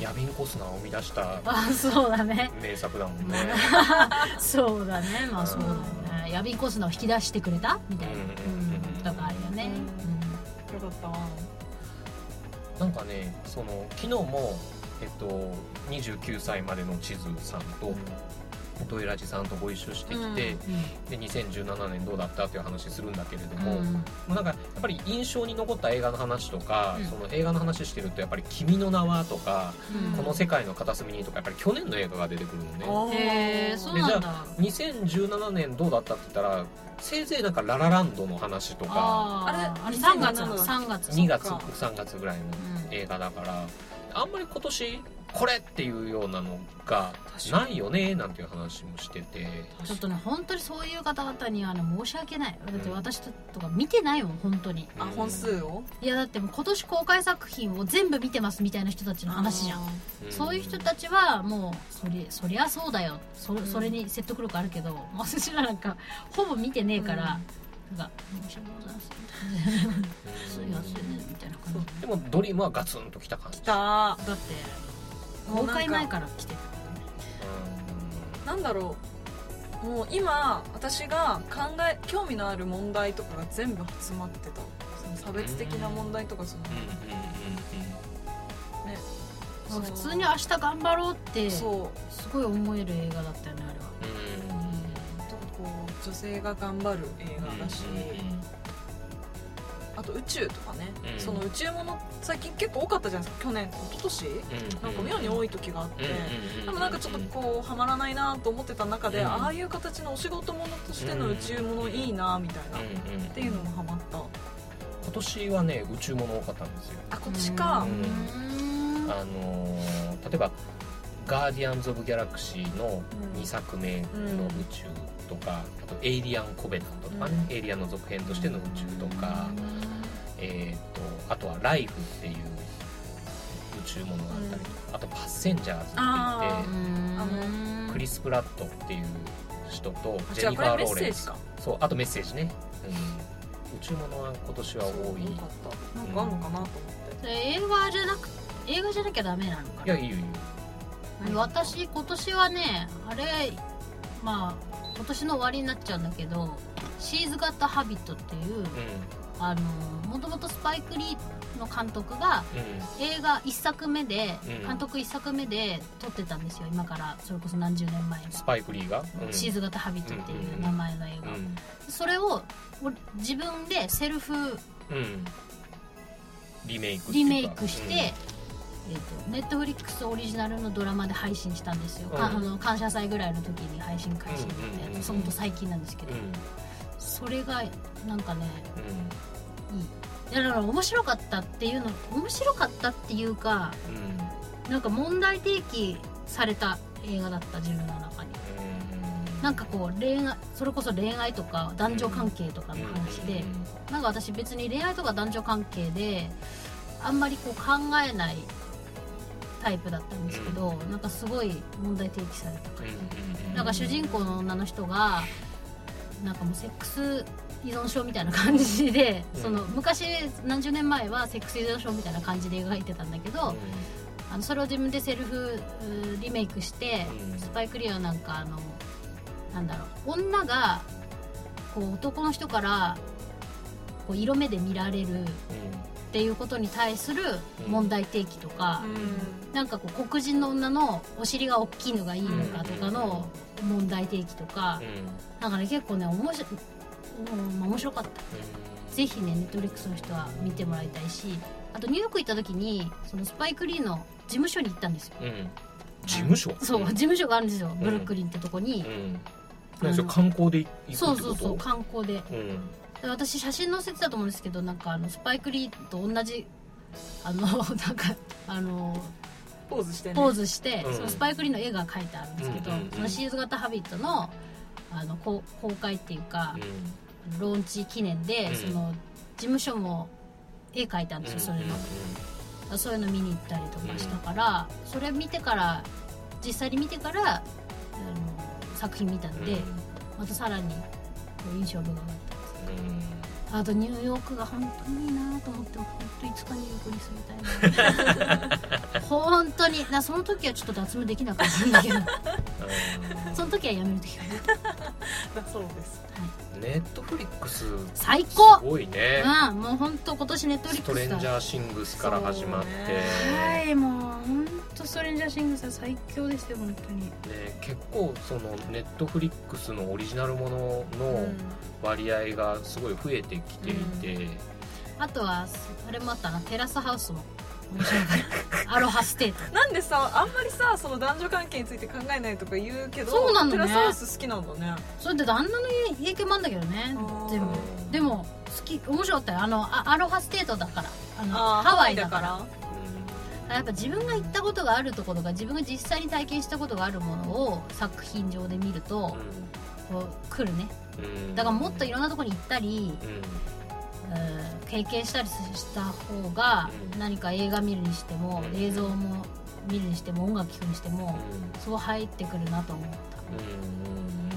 [SPEAKER 2] ヤビンコスナーを生み出した
[SPEAKER 1] あそうだね
[SPEAKER 2] 名作だも
[SPEAKER 1] *laughs*
[SPEAKER 2] んね。
[SPEAKER 1] そうだねまあそうだよねヤビンコスナを引き出してくれたみたいな、
[SPEAKER 2] う
[SPEAKER 1] うんんとかあるよね、
[SPEAKER 3] よかったわ
[SPEAKER 2] なんかね、その昨日もえっと29歳までの地図さんと。ドイラジさんとご一緒してきて、で2017年どうだったっていう話するんだけれど
[SPEAKER 1] うん
[SPEAKER 2] も、なんかやっぱり印象に残った映画の話とか、
[SPEAKER 1] うん
[SPEAKER 2] その映画の話してるとやっぱり「君の名は」とか、
[SPEAKER 1] うん
[SPEAKER 2] この世界の片隅に」とかやっぱり去年の映画が出てくるのね。
[SPEAKER 1] うん
[SPEAKER 3] あ
[SPEAKER 1] へえ
[SPEAKER 3] ー
[SPEAKER 1] そうなんだ
[SPEAKER 2] 2017年どうだったって言ったらせいぜいなんか「ララランド」の話とか
[SPEAKER 1] あー
[SPEAKER 3] あ
[SPEAKER 1] あれ
[SPEAKER 3] れ
[SPEAKER 1] 3月
[SPEAKER 3] 2017の
[SPEAKER 1] 3月
[SPEAKER 2] 2月
[SPEAKER 3] そっか
[SPEAKER 2] 3月ぐらいの
[SPEAKER 1] うん
[SPEAKER 2] 映画だからあんまり今年これっていうようなのが
[SPEAKER 3] 確かに
[SPEAKER 2] ないよねなんていう話もしてて
[SPEAKER 1] ちょっとね本当にそういう方々にはね申し訳ないだって私とか見てないもん本当に
[SPEAKER 3] あ
[SPEAKER 2] うん
[SPEAKER 3] 本数を
[SPEAKER 1] いやだってもう今年公開作品を全部見てますみたいな人たちの話じゃん
[SPEAKER 3] あ
[SPEAKER 1] そういう人たちはもうそれそりゃそうだよそ
[SPEAKER 3] ん
[SPEAKER 1] それに説得力あるけど、私らなんかほぼ見てねえから、なんか申し訳ございません
[SPEAKER 2] う
[SPEAKER 1] す
[SPEAKER 2] ん
[SPEAKER 1] いませんみたいな感じ
[SPEAKER 2] でもドリームはガツンときた感じ
[SPEAKER 3] ー来た
[SPEAKER 1] だって
[SPEAKER 3] も
[SPEAKER 1] 公
[SPEAKER 3] うなんか
[SPEAKER 1] 開前から来てる
[SPEAKER 3] なんだろうもう今私が考え興味のある問題とかが全部集まってたその差別的な問題とかその、
[SPEAKER 2] うんうん
[SPEAKER 1] ま
[SPEAKER 3] そ
[SPEAKER 1] あ
[SPEAKER 3] う
[SPEAKER 1] 普通に明日頑張ろうってす
[SPEAKER 3] そう
[SPEAKER 1] ごい思える映画だったよねあれは
[SPEAKER 2] うんうん
[SPEAKER 3] ちょっとこう女性が頑張る映画だし、あと宇宙とかね、
[SPEAKER 2] うん
[SPEAKER 3] その宇宙もの最近結構多かったじゃないですか去年一昨年なんか妙に多い時があって、でもなんかちょっとこうはまらないなと思ってた中で、
[SPEAKER 2] うん
[SPEAKER 3] ああいう形のお仕事ものとしての宇宙ものいいなみたいな、っ
[SPEAKER 2] うんうん
[SPEAKER 3] ていうのもハマった
[SPEAKER 2] 今年はね宇宙もの多かったんですよ
[SPEAKER 3] あ今年
[SPEAKER 1] う
[SPEAKER 2] う、
[SPEAKER 3] か
[SPEAKER 1] ん
[SPEAKER 2] あのー例えば「ガーディアンズ・オブ・ギャラクシー」の
[SPEAKER 3] うん
[SPEAKER 2] 2作目の宇宙とか、あと「エイリアン・コベナント」とかね、エイリアンの続編としての宇宙とか、えー、とあとは「ライフ」っていう宇宙いうものがあったりとか、あとパッセンジャーズ
[SPEAKER 3] あ
[SPEAKER 2] っていってクリ
[SPEAKER 1] ス
[SPEAKER 2] ス・プラットっていう人と
[SPEAKER 3] あ
[SPEAKER 2] ジェ
[SPEAKER 3] 違う
[SPEAKER 2] ニ
[SPEAKER 3] こ
[SPEAKER 2] フ
[SPEAKER 3] れ
[SPEAKER 2] ァー・
[SPEAKER 3] メ
[SPEAKER 2] ロ
[SPEAKER 3] ッ
[SPEAKER 2] ー
[SPEAKER 3] セ
[SPEAKER 2] レ
[SPEAKER 3] ー
[SPEAKER 2] ン
[SPEAKER 3] ジ
[SPEAKER 2] ス
[SPEAKER 3] か
[SPEAKER 2] そうあとメッセージね、うん、宇宙物は今年は多
[SPEAKER 3] そう
[SPEAKER 2] いい
[SPEAKER 3] よかったなんかあんのかなと思って、
[SPEAKER 1] 映画じゃなく映画じゃなきゃダメなのか
[SPEAKER 2] や
[SPEAKER 1] ない
[SPEAKER 2] いよいいよ
[SPEAKER 1] 私今年はねあれまあ今年の終わりになっちゃうんだけど「シーズ・ガット・ハビット」っていう
[SPEAKER 2] う
[SPEAKER 1] あのもともとスパイク・リーの監督が
[SPEAKER 2] んうん
[SPEAKER 1] 映画1作目で、
[SPEAKER 2] うん
[SPEAKER 1] 監督1作目で撮ってたんですよ今からそれこそ何十年前に
[SPEAKER 2] スパイク・リーが、うん
[SPEAKER 1] シーズ型ハビットっていう名前の映画、それを俺自分でセルフ
[SPEAKER 2] うん、うん、リメイクってい
[SPEAKER 1] リ
[SPEAKER 2] うか
[SPEAKER 1] メイクして、えっとネットフリックスオリジナルのドラマで配信したんですよ、
[SPEAKER 2] うん
[SPEAKER 1] ああの感謝祭ぐらいの時に配信開始になっ
[SPEAKER 2] うんうん
[SPEAKER 1] た
[SPEAKER 2] うんう
[SPEAKER 1] や
[SPEAKER 2] ん
[SPEAKER 1] つほんと最近なんですけ
[SPEAKER 2] う
[SPEAKER 1] ど、
[SPEAKER 2] んうん
[SPEAKER 1] それがなんかねいいいやだから面白かったっていうの面白かったっていうか
[SPEAKER 2] うんうん
[SPEAKER 1] なんか問題提起された映画だった自分の中に
[SPEAKER 2] うん
[SPEAKER 1] なんかこう恋愛それこそ恋愛とか男女関係とかの話で、なんか私別に恋愛とか男女関係であんまりこう考えないタイプだったんですけど、なんかすごい問題提起された
[SPEAKER 2] う
[SPEAKER 1] か
[SPEAKER 2] ん
[SPEAKER 1] ら、
[SPEAKER 2] うう
[SPEAKER 1] なんか主人公の女の人がなんかもうセックス依存症みたいな感じで、
[SPEAKER 2] うん
[SPEAKER 1] その昔何十年前はセックス依存症みたいな感じで描いてたんだけど、あのそれを自分でセルフうーリメイクして、
[SPEAKER 2] うん
[SPEAKER 1] スパイク・リーはなんかあのなんだろう女がこう男の人からこう色目で見られるっ
[SPEAKER 2] うんうん
[SPEAKER 1] ていうことに対する問題提起とか、
[SPEAKER 3] う
[SPEAKER 1] なんかこう黒人の女のお尻が大きいのがいいのかとかの問題提起とか、なんかね結構ね面白,、うん、面白かった。ぜひねネットリックスの人は見てもらいたいしあとニューヨーク行った時にそのスパイク・リーの事務所に行ったんですよ
[SPEAKER 2] うんうん事務所
[SPEAKER 1] そう事
[SPEAKER 2] ん
[SPEAKER 1] 務所があるんですよブルックリンってとこに、
[SPEAKER 2] うん何それ観光で行くってこと
[SPEAKER 1] そうそうそう観光で
[SPEAKER 2] うんうん
[SPEAKER 1] で私写真載せてたと思うんですけどなんかあのスパイク・リーと同じあの *laughs* なんかあの
[SPEAKER 3] ポーズしてね
[SPEAKER 1] ポーズして、
[SPEAKER 2] うん
[SPEAKER 1] そのスパイク・リーの絵が描いてあるんですけど、
[SPEAKER 2] うんうんうん
[SPEAKER 1] そのシーズ型ハビットのあのこう公開っていうか、ローンチ記念で、
[SPEAKER 2] うん
[SPEAKER 1] その事務所も絵描いたんですよ、それの、そういうの見に行ったりとかしたから、それ見てから実際に見てからあの作品見たんで、またさらにこう印象深かったあとニューヨークが本当にいいなと思って本当いつかニューヨークに住みたいな本当になその時はちょっと脱毛できなかったんだけどその時はやめる時かな
[SPEAKER 3] だ *laughs* そうです
[SPEAKER 2] ネットフリックス
[SPEAKER 1] 最
[SPEAKER 2] す
[SPEAKER 1] 高
[SPEAKER 2] ごいね
[SPEAKER 1] うんもう本当今年ネットリ
[SPEAKER 2] ス
[SPEAKER 1] ッ
[SPEAKER 2] ト
[SPEAKER 1] ク
[SPEAKER 2] レ
[SPEAKER 1] ス
[SPEAKER 2] ンジ
[SPEAKER 1] だ
[SPEAKER 2] ャーシングスから始まって
[SPEAKER 3] そう
[SPEAKER 1] は
[SPEAKER 2] ね
[SPEAKER 1] いもう本当ストレンジャーシングスは最強でしたよ本当に
[SPEAKER 2] 結構そのネットフリックスのオリジナルものの割合がすごい増えてきていて
[SPEAKER 1] あとはあれもあったなテラスハウスも面白かったアロハステート
[SPEAKER 3] なんでさあんまりさその男女関係について考えないとか言うけど
[SPEAKER 1] そうなのね
[SPEAKER 3] テラスハウス好きなんだね
[SPEAKER 1] それって旦那の影響もあんだけどね
[SPEAKER 3] あー
[SPEAKER 1] 全部
[SPEAKER 2] うん
[SPEAKER 1] でも好き面白かったよあのあアロハステートだからあの
[SPEAKER 3] あー
[SPEAKER 1] ハワイだから
[SPEAKER 2] う
[SPEAKER 1] やっぱ自分が行ったことがあるところが自分が実際に体験したことがあるものを作品上で見ると、こう来るね
[SPEAKER 2] ん
[SPEAKER 1] だからもっといろんなとこに行ったり、
[SPEAKER 2] うん
[SPEAKER 1] うん経験したりした方が
[SPEAKER 2] うん
[SPEAKER 1] 何か映画見るにしても
[SPEAKER 2] うん
[SPEAKER 1] 映像も見るにしても音楽聴くにしてもすごい入ってくるなと思っただ
[SPEAKER 2] うん
[SPEAKER 1] か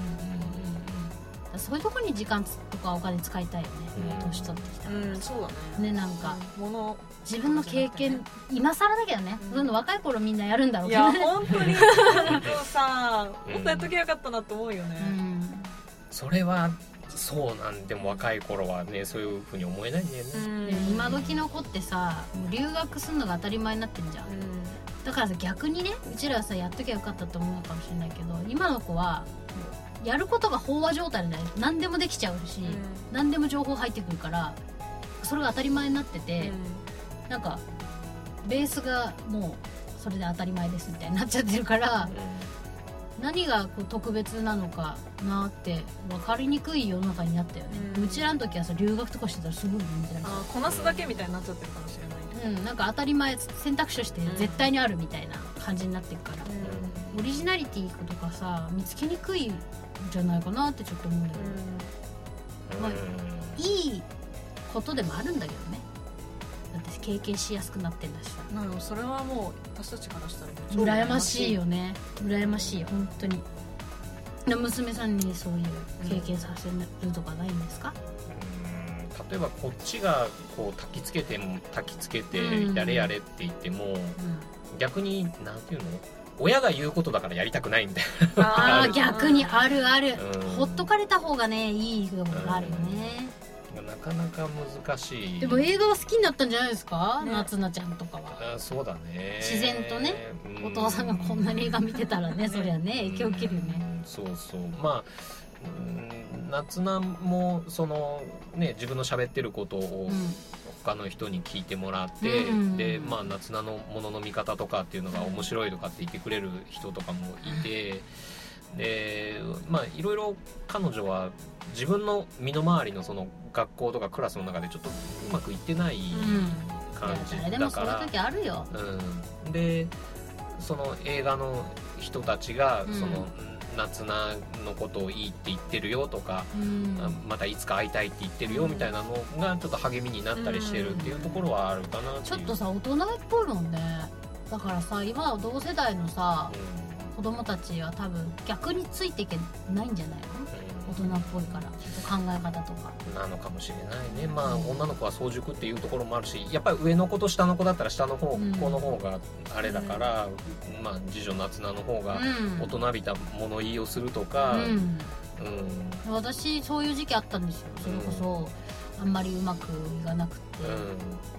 [SPEAKER 1] らそういうとこに時間とかお金使いたいよね、
[SPEAKER 2] うん
[SPEAKER 1] 年取ってきた
[SPEAKER 3] う
[SPEAKER 1] ら、
[SPEAKER 3] んそうだね
[SPEAKER 1] ねなんか
[SPEAKER 3] もの
[SPEAKER 1] 自分の経験今更だけどね、
[SPEAKER 3] うん
[SPEAKER 1] そういうの若い頃みんなやるんだろう
[SPEAKER 3] い
[SPEAKER 1] けど
[SPEAKER 3] や
[SPEAKER 1] ね
[SPEAKER 3] 本当にでもさもっとやっときゃよかったなと思うよね
[SPEAKER 1] うん
[SPEAKER 2] それはそうなんでも若い頃はねそういうふうに思えないんだよね
[SPEAKER 3] ん
[SPEAKER 1] でも今時の子ってさもう留学するのが当たり前になってんじゃんだからさ逆にねうちらはさやっときゃよかったと思うかもしれないけど今の子はやることが飽和状態でない何でもできちゃうし、何でも情報入ってくるからそれが当たり前になってて、なんかベースがもうそれで当たり前ですみたいになっちゃってるから、何がこう特別なのかなって分かりにくい世の中になったよね、う
[SPEAKER 3] うん
[SPEAKER 1] ちらの時はさ留学とかしてたらすごい人気だ
[SPEAKER 3] あーこなすだけみたいになっちゃってるかもしれないね
[SPEAKER 1] うんなんか当たり前選択肢として絶対にあるみたいな感じになってるから、オリジナリティとかさ見つけにくいんじゃないかなってちょっと思うんだけど、いいことでもあるんだけどねだって経験しやすくなってんだしさ
[SPEAKER 3] なのそれはもう私たちからしたらめっちゃ
[SPEAKER 1] 羨ましいよね羨ましい本当にで娘さんにそういう経験させるとかないんですか、
[SPEAKER 2] うん例えばこっちがこう焚きつけても焚きつけて
[SPEAKER 1] うん
[SPEAKER 2] やれやれって言っても、
[SPEAKER 1] うん
[SPEAKER 2] 逆になんていうの親が言うことだからやりたくないみたい
[SPEAKER 1] あ
[SPEAKER 2] あ
[SPEAKER 1] あ
[SPEAKER 2] る
[SPEAKER 1] 逆にあるある、
[SPEAKER 2] な、うん
[SPEAKER 1] ほっとかれた方がねいい部分があるよね、
[SPEAKER 2] なかなか難しい
[SPEAKER 1] でも映画は好きになったんじゃないですか、
[SPEAKER 3] ね
[SPEAKER 1] 夏菜ちゃんとかは
[SPEAKER 2] あそうだね
[SPEAKER 1] 自然とね、
[SPEAKER 2] う
[SPEAKER 1] お父さんがこんなに映画見てたらねそりゃね影響受けるよね
[SPEAKER 2] うんそうそうまあうん夏菜もそのね自分の喋ってることを
[SPEAKER 1] う
[SPEAKER 2] 他の人に聞いてもらって、
[SPEAKER 1] うん
[SPEAKER 2] でまあ夏菜のものの見方とかっていうのが面白いとかって言ってくれる人とかもいて、でまあいろいろ彼女は自分の身の回りのその学校とかクラスの中でちょっとうまくいってない
[SPEAKER 1] ん、
[SPEAKER 2] 感じ
[SPEAKER 1] 誰で
[SPEAKER 2] だ
[SPEAKER 1] もそ
[SPEAKER 2] か
[SPEAKER 1] ういう
[SPEAKER 2] ら、
[SPEAKER 1] 時あるよ
[SPEAKER 2] うん、でその映画の人たちが、
[SPEAKER 1] うん
[SPEAKER 2] その夏菜のことをいいって言ってるよとか、
[SPEAKER 1] うん
[SPEAKER 2] あまたいつか会いたいって言ってるよみたいなのがちょっと励みになったりしてるっていうところはあるかなっていう
[SPEAKER 1] ちょっとさ大人っぽいもんねだからさ今の同世代のさ子供たちは多分逆についていけないんじゃない
[SPEAKER 2] うん
[SPEAKER 1] の大人っぽいから考え方とか
[SPEAKER 2] なのかもしれないねまあ女の子は早熟っていうところもあるしやっぱり上の子と下の子だったら下の方、
[SPEAKER 1] うん
[SPEAKER 2] 子の方があれだから、まあ次女夏菜の方が
[SPEAKER 1] うん
[SPEAKER 2] 大人びた物言いをするとか、
[SPEAKER 1] うん
[SPEAKER 2] うん
[SPEAKER 1] 私そういう時期あったんですよそれこそ、あんまりうまくいかなくて、
[SPEAKER 2] うん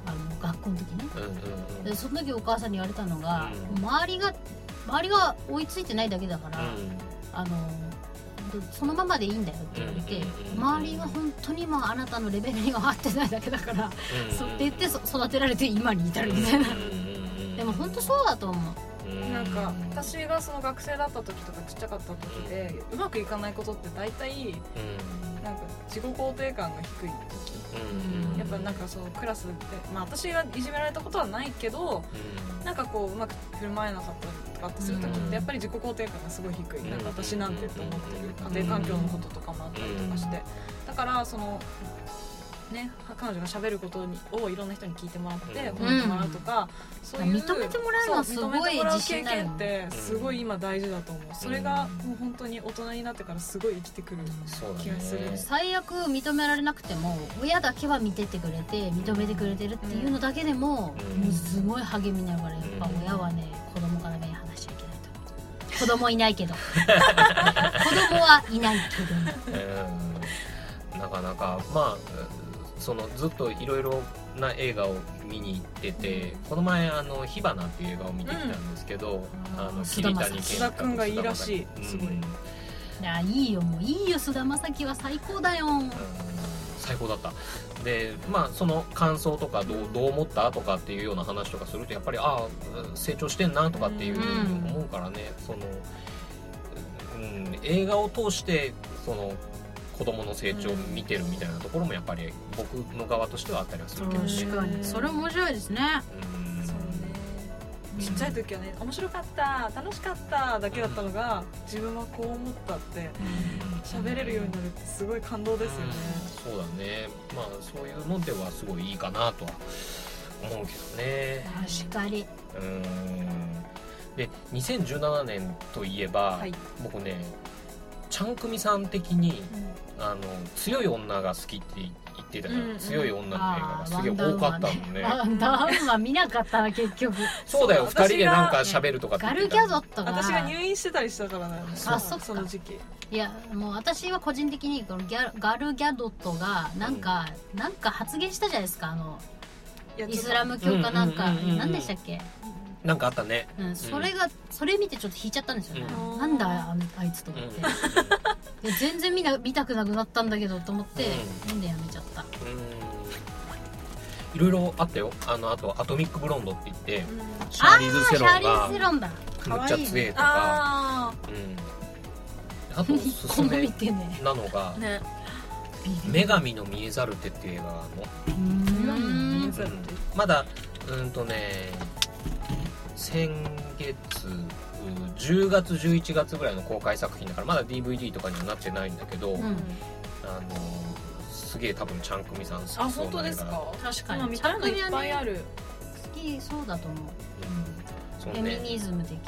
[SPEAKER 1] あの学校の時ね
[SPEAKER 2] うんうんうん
[SPEAKER 1] でその時お母さんに言われたのが、
[SPEAKER 2] うん
[SPEAKER 1] 周りが周りが追いついてないだけだから、あのそのままでいいんだよって言われて、
[SPEAKER 2] うん
[SPEAKER 1] 周りが本当に今あなたのレベルには合ってないだけだから、そうって言ってそ育てられて今に至るみたいな、でも本当そうだと思う
[SPEAKER 3] なんか私がその学生だった時とかちっちゃかった時でうまくいかないことって大体なんか自己肯定感が低い時やっぱなんかそうクラスでまあ私がいじめられたことはないけどなんかこううまく振る舞えなかったりとかってする時ってやっぱり自己肯定感がすごい低いなんか私なんてって思ってる家庭環境のこととかもあったりとかしてだからそのね彼女が喋ることにをいろんな人に聞いてもらって褒めてもらうとかそういう
[SPEAKER 1] 認めてもらうのはすごい自信になる
[SPEAKER 3] そう認めてもらう経験ってすごい今大事だと思うそれが
[SPEAKER 2] うん
[SPEAKER 3] もう本当に大人になってからすごい生きてくる
[SPEAKER 2] そうだね
[SPEAKER 3] 気がする
[SPEAKER 2] うん
[SPEAKER 1] 最悪認められなくても親だけは見てってくれて認めてくれてるっていうのだけでも,、
[SPEAKER 2] うん
[SPEAKER 1] すごい励みになるからやっぱ親はね子供から目離しちゃいけないと思う
[SPEAKER 2] *laughs*
[SPEAKER 1] 子供いないけど子供はいないけど
[SPEAKER 2] うんなかなかまあそのずっといろいろな映画を見に行ってて、この前あの火花っていう映画を見てきたんですけど、あの桐谷健
[SPEAKER 1] 菅
[SPEAKER 3] 田君がいいらしいすごい
[SPEAKER 2] うん
[SPEAKER 1] いやいいよもういいよ菅田将暉は最高だよ
[SPEAKER 2] 最高だったでまあその感想とかどうどう思ったとかっていうような話とかするとやっぱりああ成長してんなとかっていう
[SPEAKER 1] うん
[SPEAKER 2] 思うからねその、うん、映画を通してその子供の成長を見てるみたいなところもやっぱり僕の側としてはあったりはするけどね
[SPEAKER 3] 確かにそれ面
[SPEAKER 1] 白いですね
[SPEAKER 2] うん
[SPEAKER 3] そうねちっちゃい時はね面白かった楽しかっただけだったのが自分はこう思ったって喋れるようになるってすごい感動ですよね
[SPEAKER 2] うんそうだねまあそういうのではすごいいいかなとは思うけどね
[SPEAKER 1] 確かに
[SPEAKER 2] うーんで2017年といえば、
[SPEAKER 3] はい
[SPEAKER 2] 僕ねちゃんくみさん的にあの強い女が好きって言ってたじゃん、
[SPEAKER 3] うんうん
[SPEAKER 2] 強い女の映画
[SPEAKER 1] あ
[SPEAKER 2] が
[SPEAKER 1] ー
[SPEAKER 2] すげえ多かったもんね
[SPEAKER 1] ワンダーウーマンねワンダーウーマン見なかったな結
[SPEAKER 2] *laughs*
[SPEAKER 1] 局
[SPEAKER 2] そうだよ
[SPEAKER 3] そう
[SPEAKER 2] 2人でなんか
[SPEAKER 3] 私が
[SPEAKER 2] 喋るとかって
[SPEAKER 1] ガ
[SPEAKER 2] 言って
[SPEAKER 1] ルギ
[SPEAKER 2] た
[SPEAKER 1] ャドットが
[SPEAKER 3] 私が入院してたりしたからね
[SPEAKER 1] そう
[SPEAKER 3] そうその時期
[SPEAKER 1] いやもう私は個人的にこのギャルガルギャドットがなんか、なんか発言したじゃないですかあの
[SPEAKER 3] いや
[SPEAKER 1] イスラム教かなんか
[SPEAKER 2] うんうんうんうんうん
[SPEAKER 1] 何でしたっけ、
[SPEAKER 2] なんかあったね
[SPEAKER 1] うん、それがそれ見てちょっと引いちゃったんですよね、
[SPEAKER 3] うん
[SPEAKER 1] なんだあのあいつと
[SPEAKER 2] う
[SPEAKER 1] 思
[SPEAKER 2] ん
[SPEAKER 1] って、で全然見な見たくなくなったんだけどと思って、
[SPEAKER 2] う
[SPEAKER 1] 見ん、でやめちゃった
[SPEAKER 2] いろいろあったよあのあと「アトミック・ブロンド」って言って
[SPEAKER 3] うん
[SPEAKER 2] シャーリーズ・セロ
[SPEAKER 1] あーシャーリーズセ
[SPEAKER 2] ン
[SPEAKER 1] ロンだ
[SPEAKER 2] がむっちゃ強えとか
[SPEAKER 3] あ
[SPEAKER 2] うんあとおすす
[SPEAKER 1] この
[SPEAKER 2] め
[SPEAKER 1] 見てね
[SPEAKER 2] なのが
[SPEAKER 3] あね
[SPEAKER 2] 「女神の見えざる手」っていう映画があるの
[SPEAKER 1] うーん
[SPEAKER 3] そうだね
[SPEAKER 2] まだうんとね先月うん10月11月ぐらいの公開作品だからまだ DVD とかにはなってないんだけど、
[SPEAKER 1] う
[SPEAKER 2] あの
[SPEAKER 1] ん
[SPEAKER 2] すすげえ多分ちゃんくみさん好きそう
[SPEAKER 3] あ
[SPEAKER 2] なん
[SPEAKER 3] 本当です
[SPEAKER 2] だよ
[SPEAKER 3] か
[SPEAKER 1] 確か
[SPEAKER 3] 今
[SPEAKER 1] に
[SPEAKER 3] 見たいのいっぱいある、
[SPEAKER 1] 好きそうだと思う
[SPEAKER 2] うん、
[SPEAKER 1] フ
[SPEAKER 2] そう
[SPEAKER 1] ェミ
[SPEAKER 2] ね
[SPEAKER 1] ニズム的
[SPEAKER 2] う
[SPEAKER 1] なん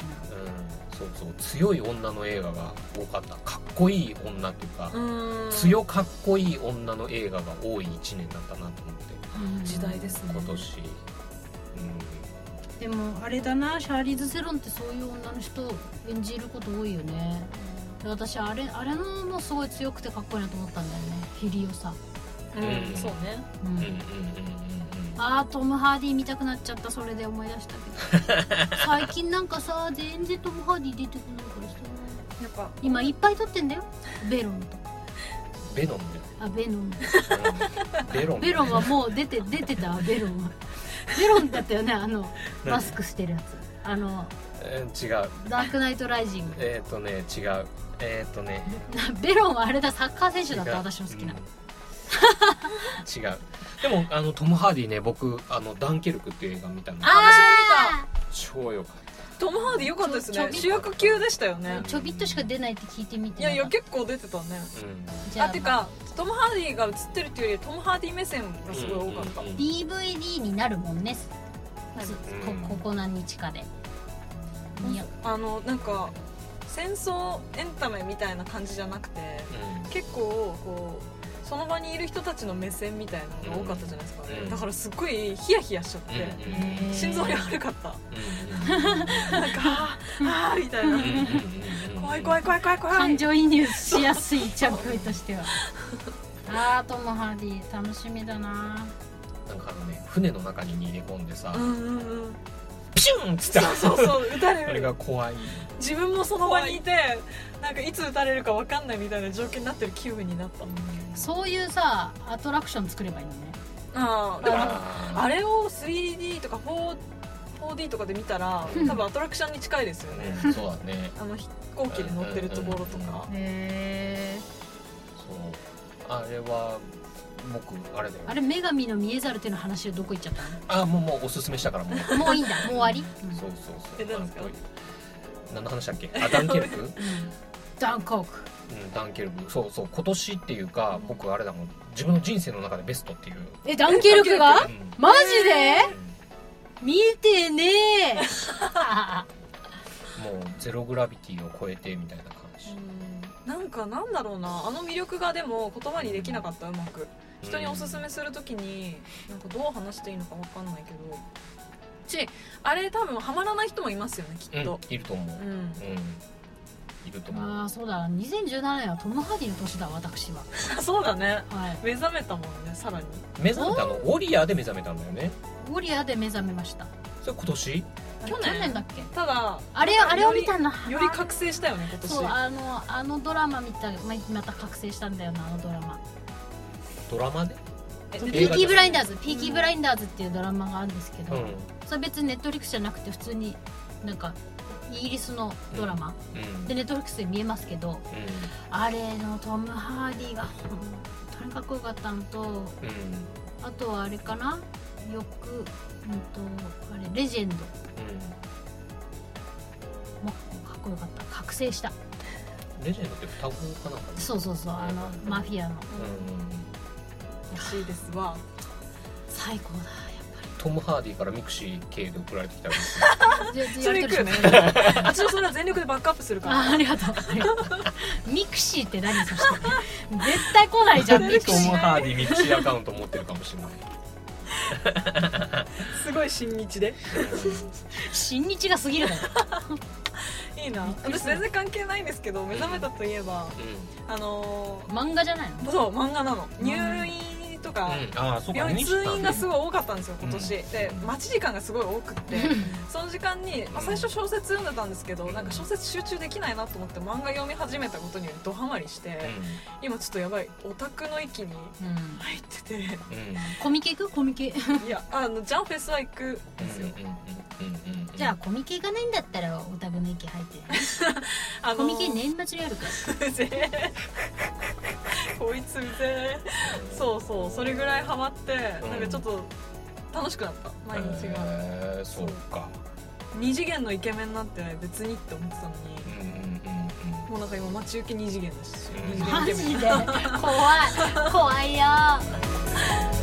[SPEAKER 2] そうそう強い女の映画が多かったかっこいい女っていうか、
[SPEAKER 3] うん
[SPEAKER 2] 強かっこいい女の映画が多い1年だったなと思って
[SPEAKER 3] 時代ですね
[SPEAKER 2] 今年
[SPEAKER 1] でもあれだなシャーリーズ・セロンってそういう女の人演じること多いよねで私あれあれのもすごい強くてかっこいいなと思ったんだよねヒリオさ、
[SPEAKER 3] うん、
[SPEAKER 2] うん
[SPEAKER 3] そうね
[SPEAKER 1] うん
[SPEAKER 2] うんうんうんうんうん
[SPEAKER 1] あートム・ハーディ見たくなっちゃったそれで思い出したけ
[SPEAKER 3] *laughs*
[SPEAKER 1] ど最近なんかさ全然トム・ハーディ出てくるからさ
[SPEAKER 3] やっぱ
[SPEAKER 1] 今いっぱい撮ってんだよベロンとか
[SPEAKER 2] ベロンで
[SPEAKER 1] あベノン
[SPEAKER 2] うんベロン
[SPEAKER 1] ベロンはもう出
[SPEAKER 3] *laughs*
[SPEAKER 1] て出てたわベロンはベロンだったよねあのマスクしてるやつあの
[SPEAKER 2] えー違う
[SPEAKER 1] ダークナイト・ライジング
[SPEAKER 2] えっ、とね違うえっ、とね
[SPEAKER 1] な *laughs* ベロンはあれだサッカー選手だっ
[SPEAKER 2] 違
[SPEAKER 1] た
[SPEAKER 2] う
[SPEAKER 1] 私の好きな
[SPEAKER 2] うん違うでもあのトム・ハーディね僕あのダンケルクっていう映画見たの
[SPEAKER 1] あ
[SPEAKER 2] 超よかっ
[SPEAKER 3] トム・ハーディ良かったです
[SPEAKER 1] ちょ
[SPEAKER 3] ね
[SPEAKER 1] ちょ
[SPEAKER 3] 主役級でしたよね
[SPEAKER 1] ちょびっとしか出ないって聞いてみて
[SPEAKER 3] いやいや
[SPEAKER 1] なんか
[SPEAKER 3] 結構出てたね
[SPEAKER 2] たうん
[SPEAKER 1] じゃ
[SPEAKER 3] あ
[SPEAKER 1] あ
[SPEAKER 3] てかトム・ハーディが映ってるっていうよりトム・ハーディ目線がすごい多かった、
[SPEAKER 2] うんうん
[SPEAKER 1] DVD になるもんね
[SPEAKER 3] い
[SPEAKER 1] つ
[SPEAKER 2] うん
[SPEAKER 1] こここ何日かでいや
[SPEAKER 3] あのなんか戦争エンタメみたいな感じじゃなくて結構こうその場にいる人たちの目線みたいなのが多かったじゃないですか、
[SPEAKER 2] うん
[SPEAKER 3] だからすっごいヒヤヒヤしちゃっ
[SPEAKER 2] うん
[SPEAKER 3] て、
[SPEAKER 2] うんうん
[SPEAKER 1] へー
[SPEAKER 3] 心臓に悪かった
[SPEAKER 2] う
[SPEAKER 3] なんかあーあーみたいな、
[SPEAKER 2] んうんうんうんうん
[SPEAKER 3] 怖い怖い怖い怖い怖い
[SPEAKER 1] 感情移入しやすい着衣としてはあートム・ハーディ楽しみだな
[SPEAKER 2] なんかあのね船の中に逃げ込んでさ、
[SPEAKER 3] うんうんうん
[SPEAKER 2] ピシュンっつって
[SPEAKER 3] そうそうそう撃たれ
[SPEAKER 2] あれ
[SPEAKER 3] る
[SPEAKER 2] が怖い
[SPEAKER 3] 自分もその場にいてなんかいつ撃たれるか分かんないみたいな状況になってる気分になった
[SPEAKER 1] そういうさアトラクション作ればいいのね
[SPEAKER 3] あーでもあ
[SPEAKER 2] あ
[SPEAKER 3] れを 3D とか 4- 4D とかで見たら多分アトラクションに近いですよね
[SPEAKER 2] うんそうだね
[SPEAKER 3] あの飛行機で乗ってるところとか
[SPEAKER 1] へえ
[SPEAKER 2] そうあれは僕あれだよ
[SPEAKER 1] あれ女神の見えざる手の話はどこ行っちゃった
[SPEAKER 2] あもうもうおすすめしたからもう
[SPEAKER 1] のもういいんだもう終わり、うん
[SPEAKER 2] そうそうそう
[SPEAKER 3] え何ですか
[SPEAKER 2] あの何の話だっけあダンケル
[SPEAKER 3] *laughs*
[SPEAKER 2] ク、うん、
[SPEAKER 1] ダンコーク
[SPEAKER 2] ダンケルクそうそう今年っていうか僕あれだもん自分の人生の中でベストっていう、
[SPEAKER 1] えダンケルクが
[SPEAKER 2] うん
[SPEAKER 1] マジで見てね *laughs* え
[SPEAKER 2] もうゼログラビティを超えてみたいな感じ、
[SPEAKER 3] なんかなんだろうなあの魅力がでも言葉にできなかったうまく人におすすめするときになんかどう話していいのか分かんないけどしあれ多分ハマらない人もいますよねき
[SPEAKER 2] う
[SPEAKER 3] っ
[SPEAKER 2] ん
[SPEAKER 3] と、
[SPEAKER 2] いると思う
[SPEAKER 3] うん *laughs*
[SPEAKER 2] うんいると思う
[SPEAKER 1] ああそうだ2017年はトム・ハーディの年だ私は
[SPEAKER 3] そうだね
[SPEAKER 1] はい
[SPEAKER 3] 目覚めたもんねさらに
[SPEAKER 2] 目覚めたのウォリアーで目覚めたんだよね
[SPEAKER 1] ゴリアで目覚めました
[SPEAKER 2] それ今年
[SPEAKER 1] あれ
[SPEAKER 3] 去年
[SPEAKER 1] 去年だっけ
[SPEAKER 3] ただ
[SPEAKER 1] あれ
[SPEAKER 3] なんか
[SPEAKER 1] あれを
[SPEAKER 3] より
[SPEAKER 1] 見たんだ
[SPEAKER 3] より覚醒したよね今年
[SPEAKER 1] そうあのあのドラマ見たままた覚醒したんだよなあのドラマ
[SPEAKER 2] ドラマで
[SPEAKER 3] え
[SPEAKER 1] ピ
[SPEAKER 2] 映画
[SPEAKER 1] ー
[SPEAKER 2] じ
[SPEAKER 1] キ
[SPEAKER 2] ゃない
[SPEAKER 1] ーブラインダーズピーキーブラインダーズっていうドラマがあるんですけど、
[SPEAKER 2] うん
[SPEAKER 1] それ別にネットリックスじゃなくて普通になんかイギリスのドラマ、
[SPEAKER 2] うん
[SPEAKER 1] でネットリックスで見えますけどあれのトム・ハーディが本当にかっこよかったのと
[SPEAKER 2] うんうん
[SPEAKER 1] あとはあれかなよく、うん、とあれレジェンドもかっこよかった覚醒した
[SPEAKER 2] うんレジェンドって双子かなんかね
[SPEAKER 1] そうそうそうあのマフィアの
[SPEAKER 2] うん
[SPEAKER 3] らしいですわ
[SPEAKER 1] 最高だやっ
[SPEAKER 2] トム・ハーディからミクシー系で送られてきたらです
[SPEAKER 1] ぱりじゃ
[SPEAKER 3] それ行くよね
[SPEAKER 1] やりとりします *laughs*
[SPEAKER 3] あちのそれは全力でバックアップするから
[SPEAKER 1] あありがとうありがとうミクシーって何そして絶対来ないじゃん *laughs* ミク
[SPEAKER 2] ト
[SPEAKER 1] シ
[SPEAKER 2] ム・
[SPEAKER 1] ー
[SPEAKER 2] ハーディミクシーアカウント持ってるかもしれない
[SPEAKER 3] すごい親日で
[SPEAKER 1] 新日が過ぎるだろ
[SPEAKER 3] いいな私全然関係ないんですけど目覚めたといえばあの
[SPEAKER 1] 漫画じゃないの
[SPEAKER 3] ーそう漫画なの
[SPEAKER 1] ん
[SPEAKER 3] 入院とか
[SPEAKER 2] うんうんああそうか
[SPEAKER 3] 病院通院がす
[SPEAKER 2] い
[SPEAKER 3] ごい多かったんですよ今年
[SPEAKER 2] うん
[SPEAKER 3] で待ち時間がすごい多くってその時間に、まあ、最初小説読んでたんですけどなんか小説集中できないなと思って漫画読み始めたことによりドハマりして今ちょっとやばいオタクの域に
[SPEAKER 1] うん
[SPEAKER 3] 入ってて
[SPEAKER 2] うんうん
[SPEAKER 1] コミケ行くコミケ
[SPEAKER 3] いやあのジャンフェスは行くんですよ、
[SPEAKER 2] うんうんうんうんうん
[SPEAKER 1] じゃあコミケ行かないんだったらオタクの意見入って
[SPEAKER 3] あの
[SPEAKER 1] コミケ年末にやるから *laughs*
[SPEAKER 3] うぜえこいつうぜえそうそうそれぐらいハマって、
[SPEAKER 2] うん
[SPEAKER 3] なんかちょっと楽しくなった毎日が、
[SPEAKER 2] へーそうか
[SPEAKER 3] 二次元のイケメンなんて別にって思ってたのに
[SPEAKER 2] うんうんうんうん
[SPEAKER 3] もうなんか今待ち受け二次元だし
[SPEAKER 1] *laughs*
[SPEAKER 2] うん
[SPEAKER 3] 二
[SPEAKER 1] マ
[SPEAKER 3] 次元イケメン
[SPEAKER 1] ジで怖い怖いよ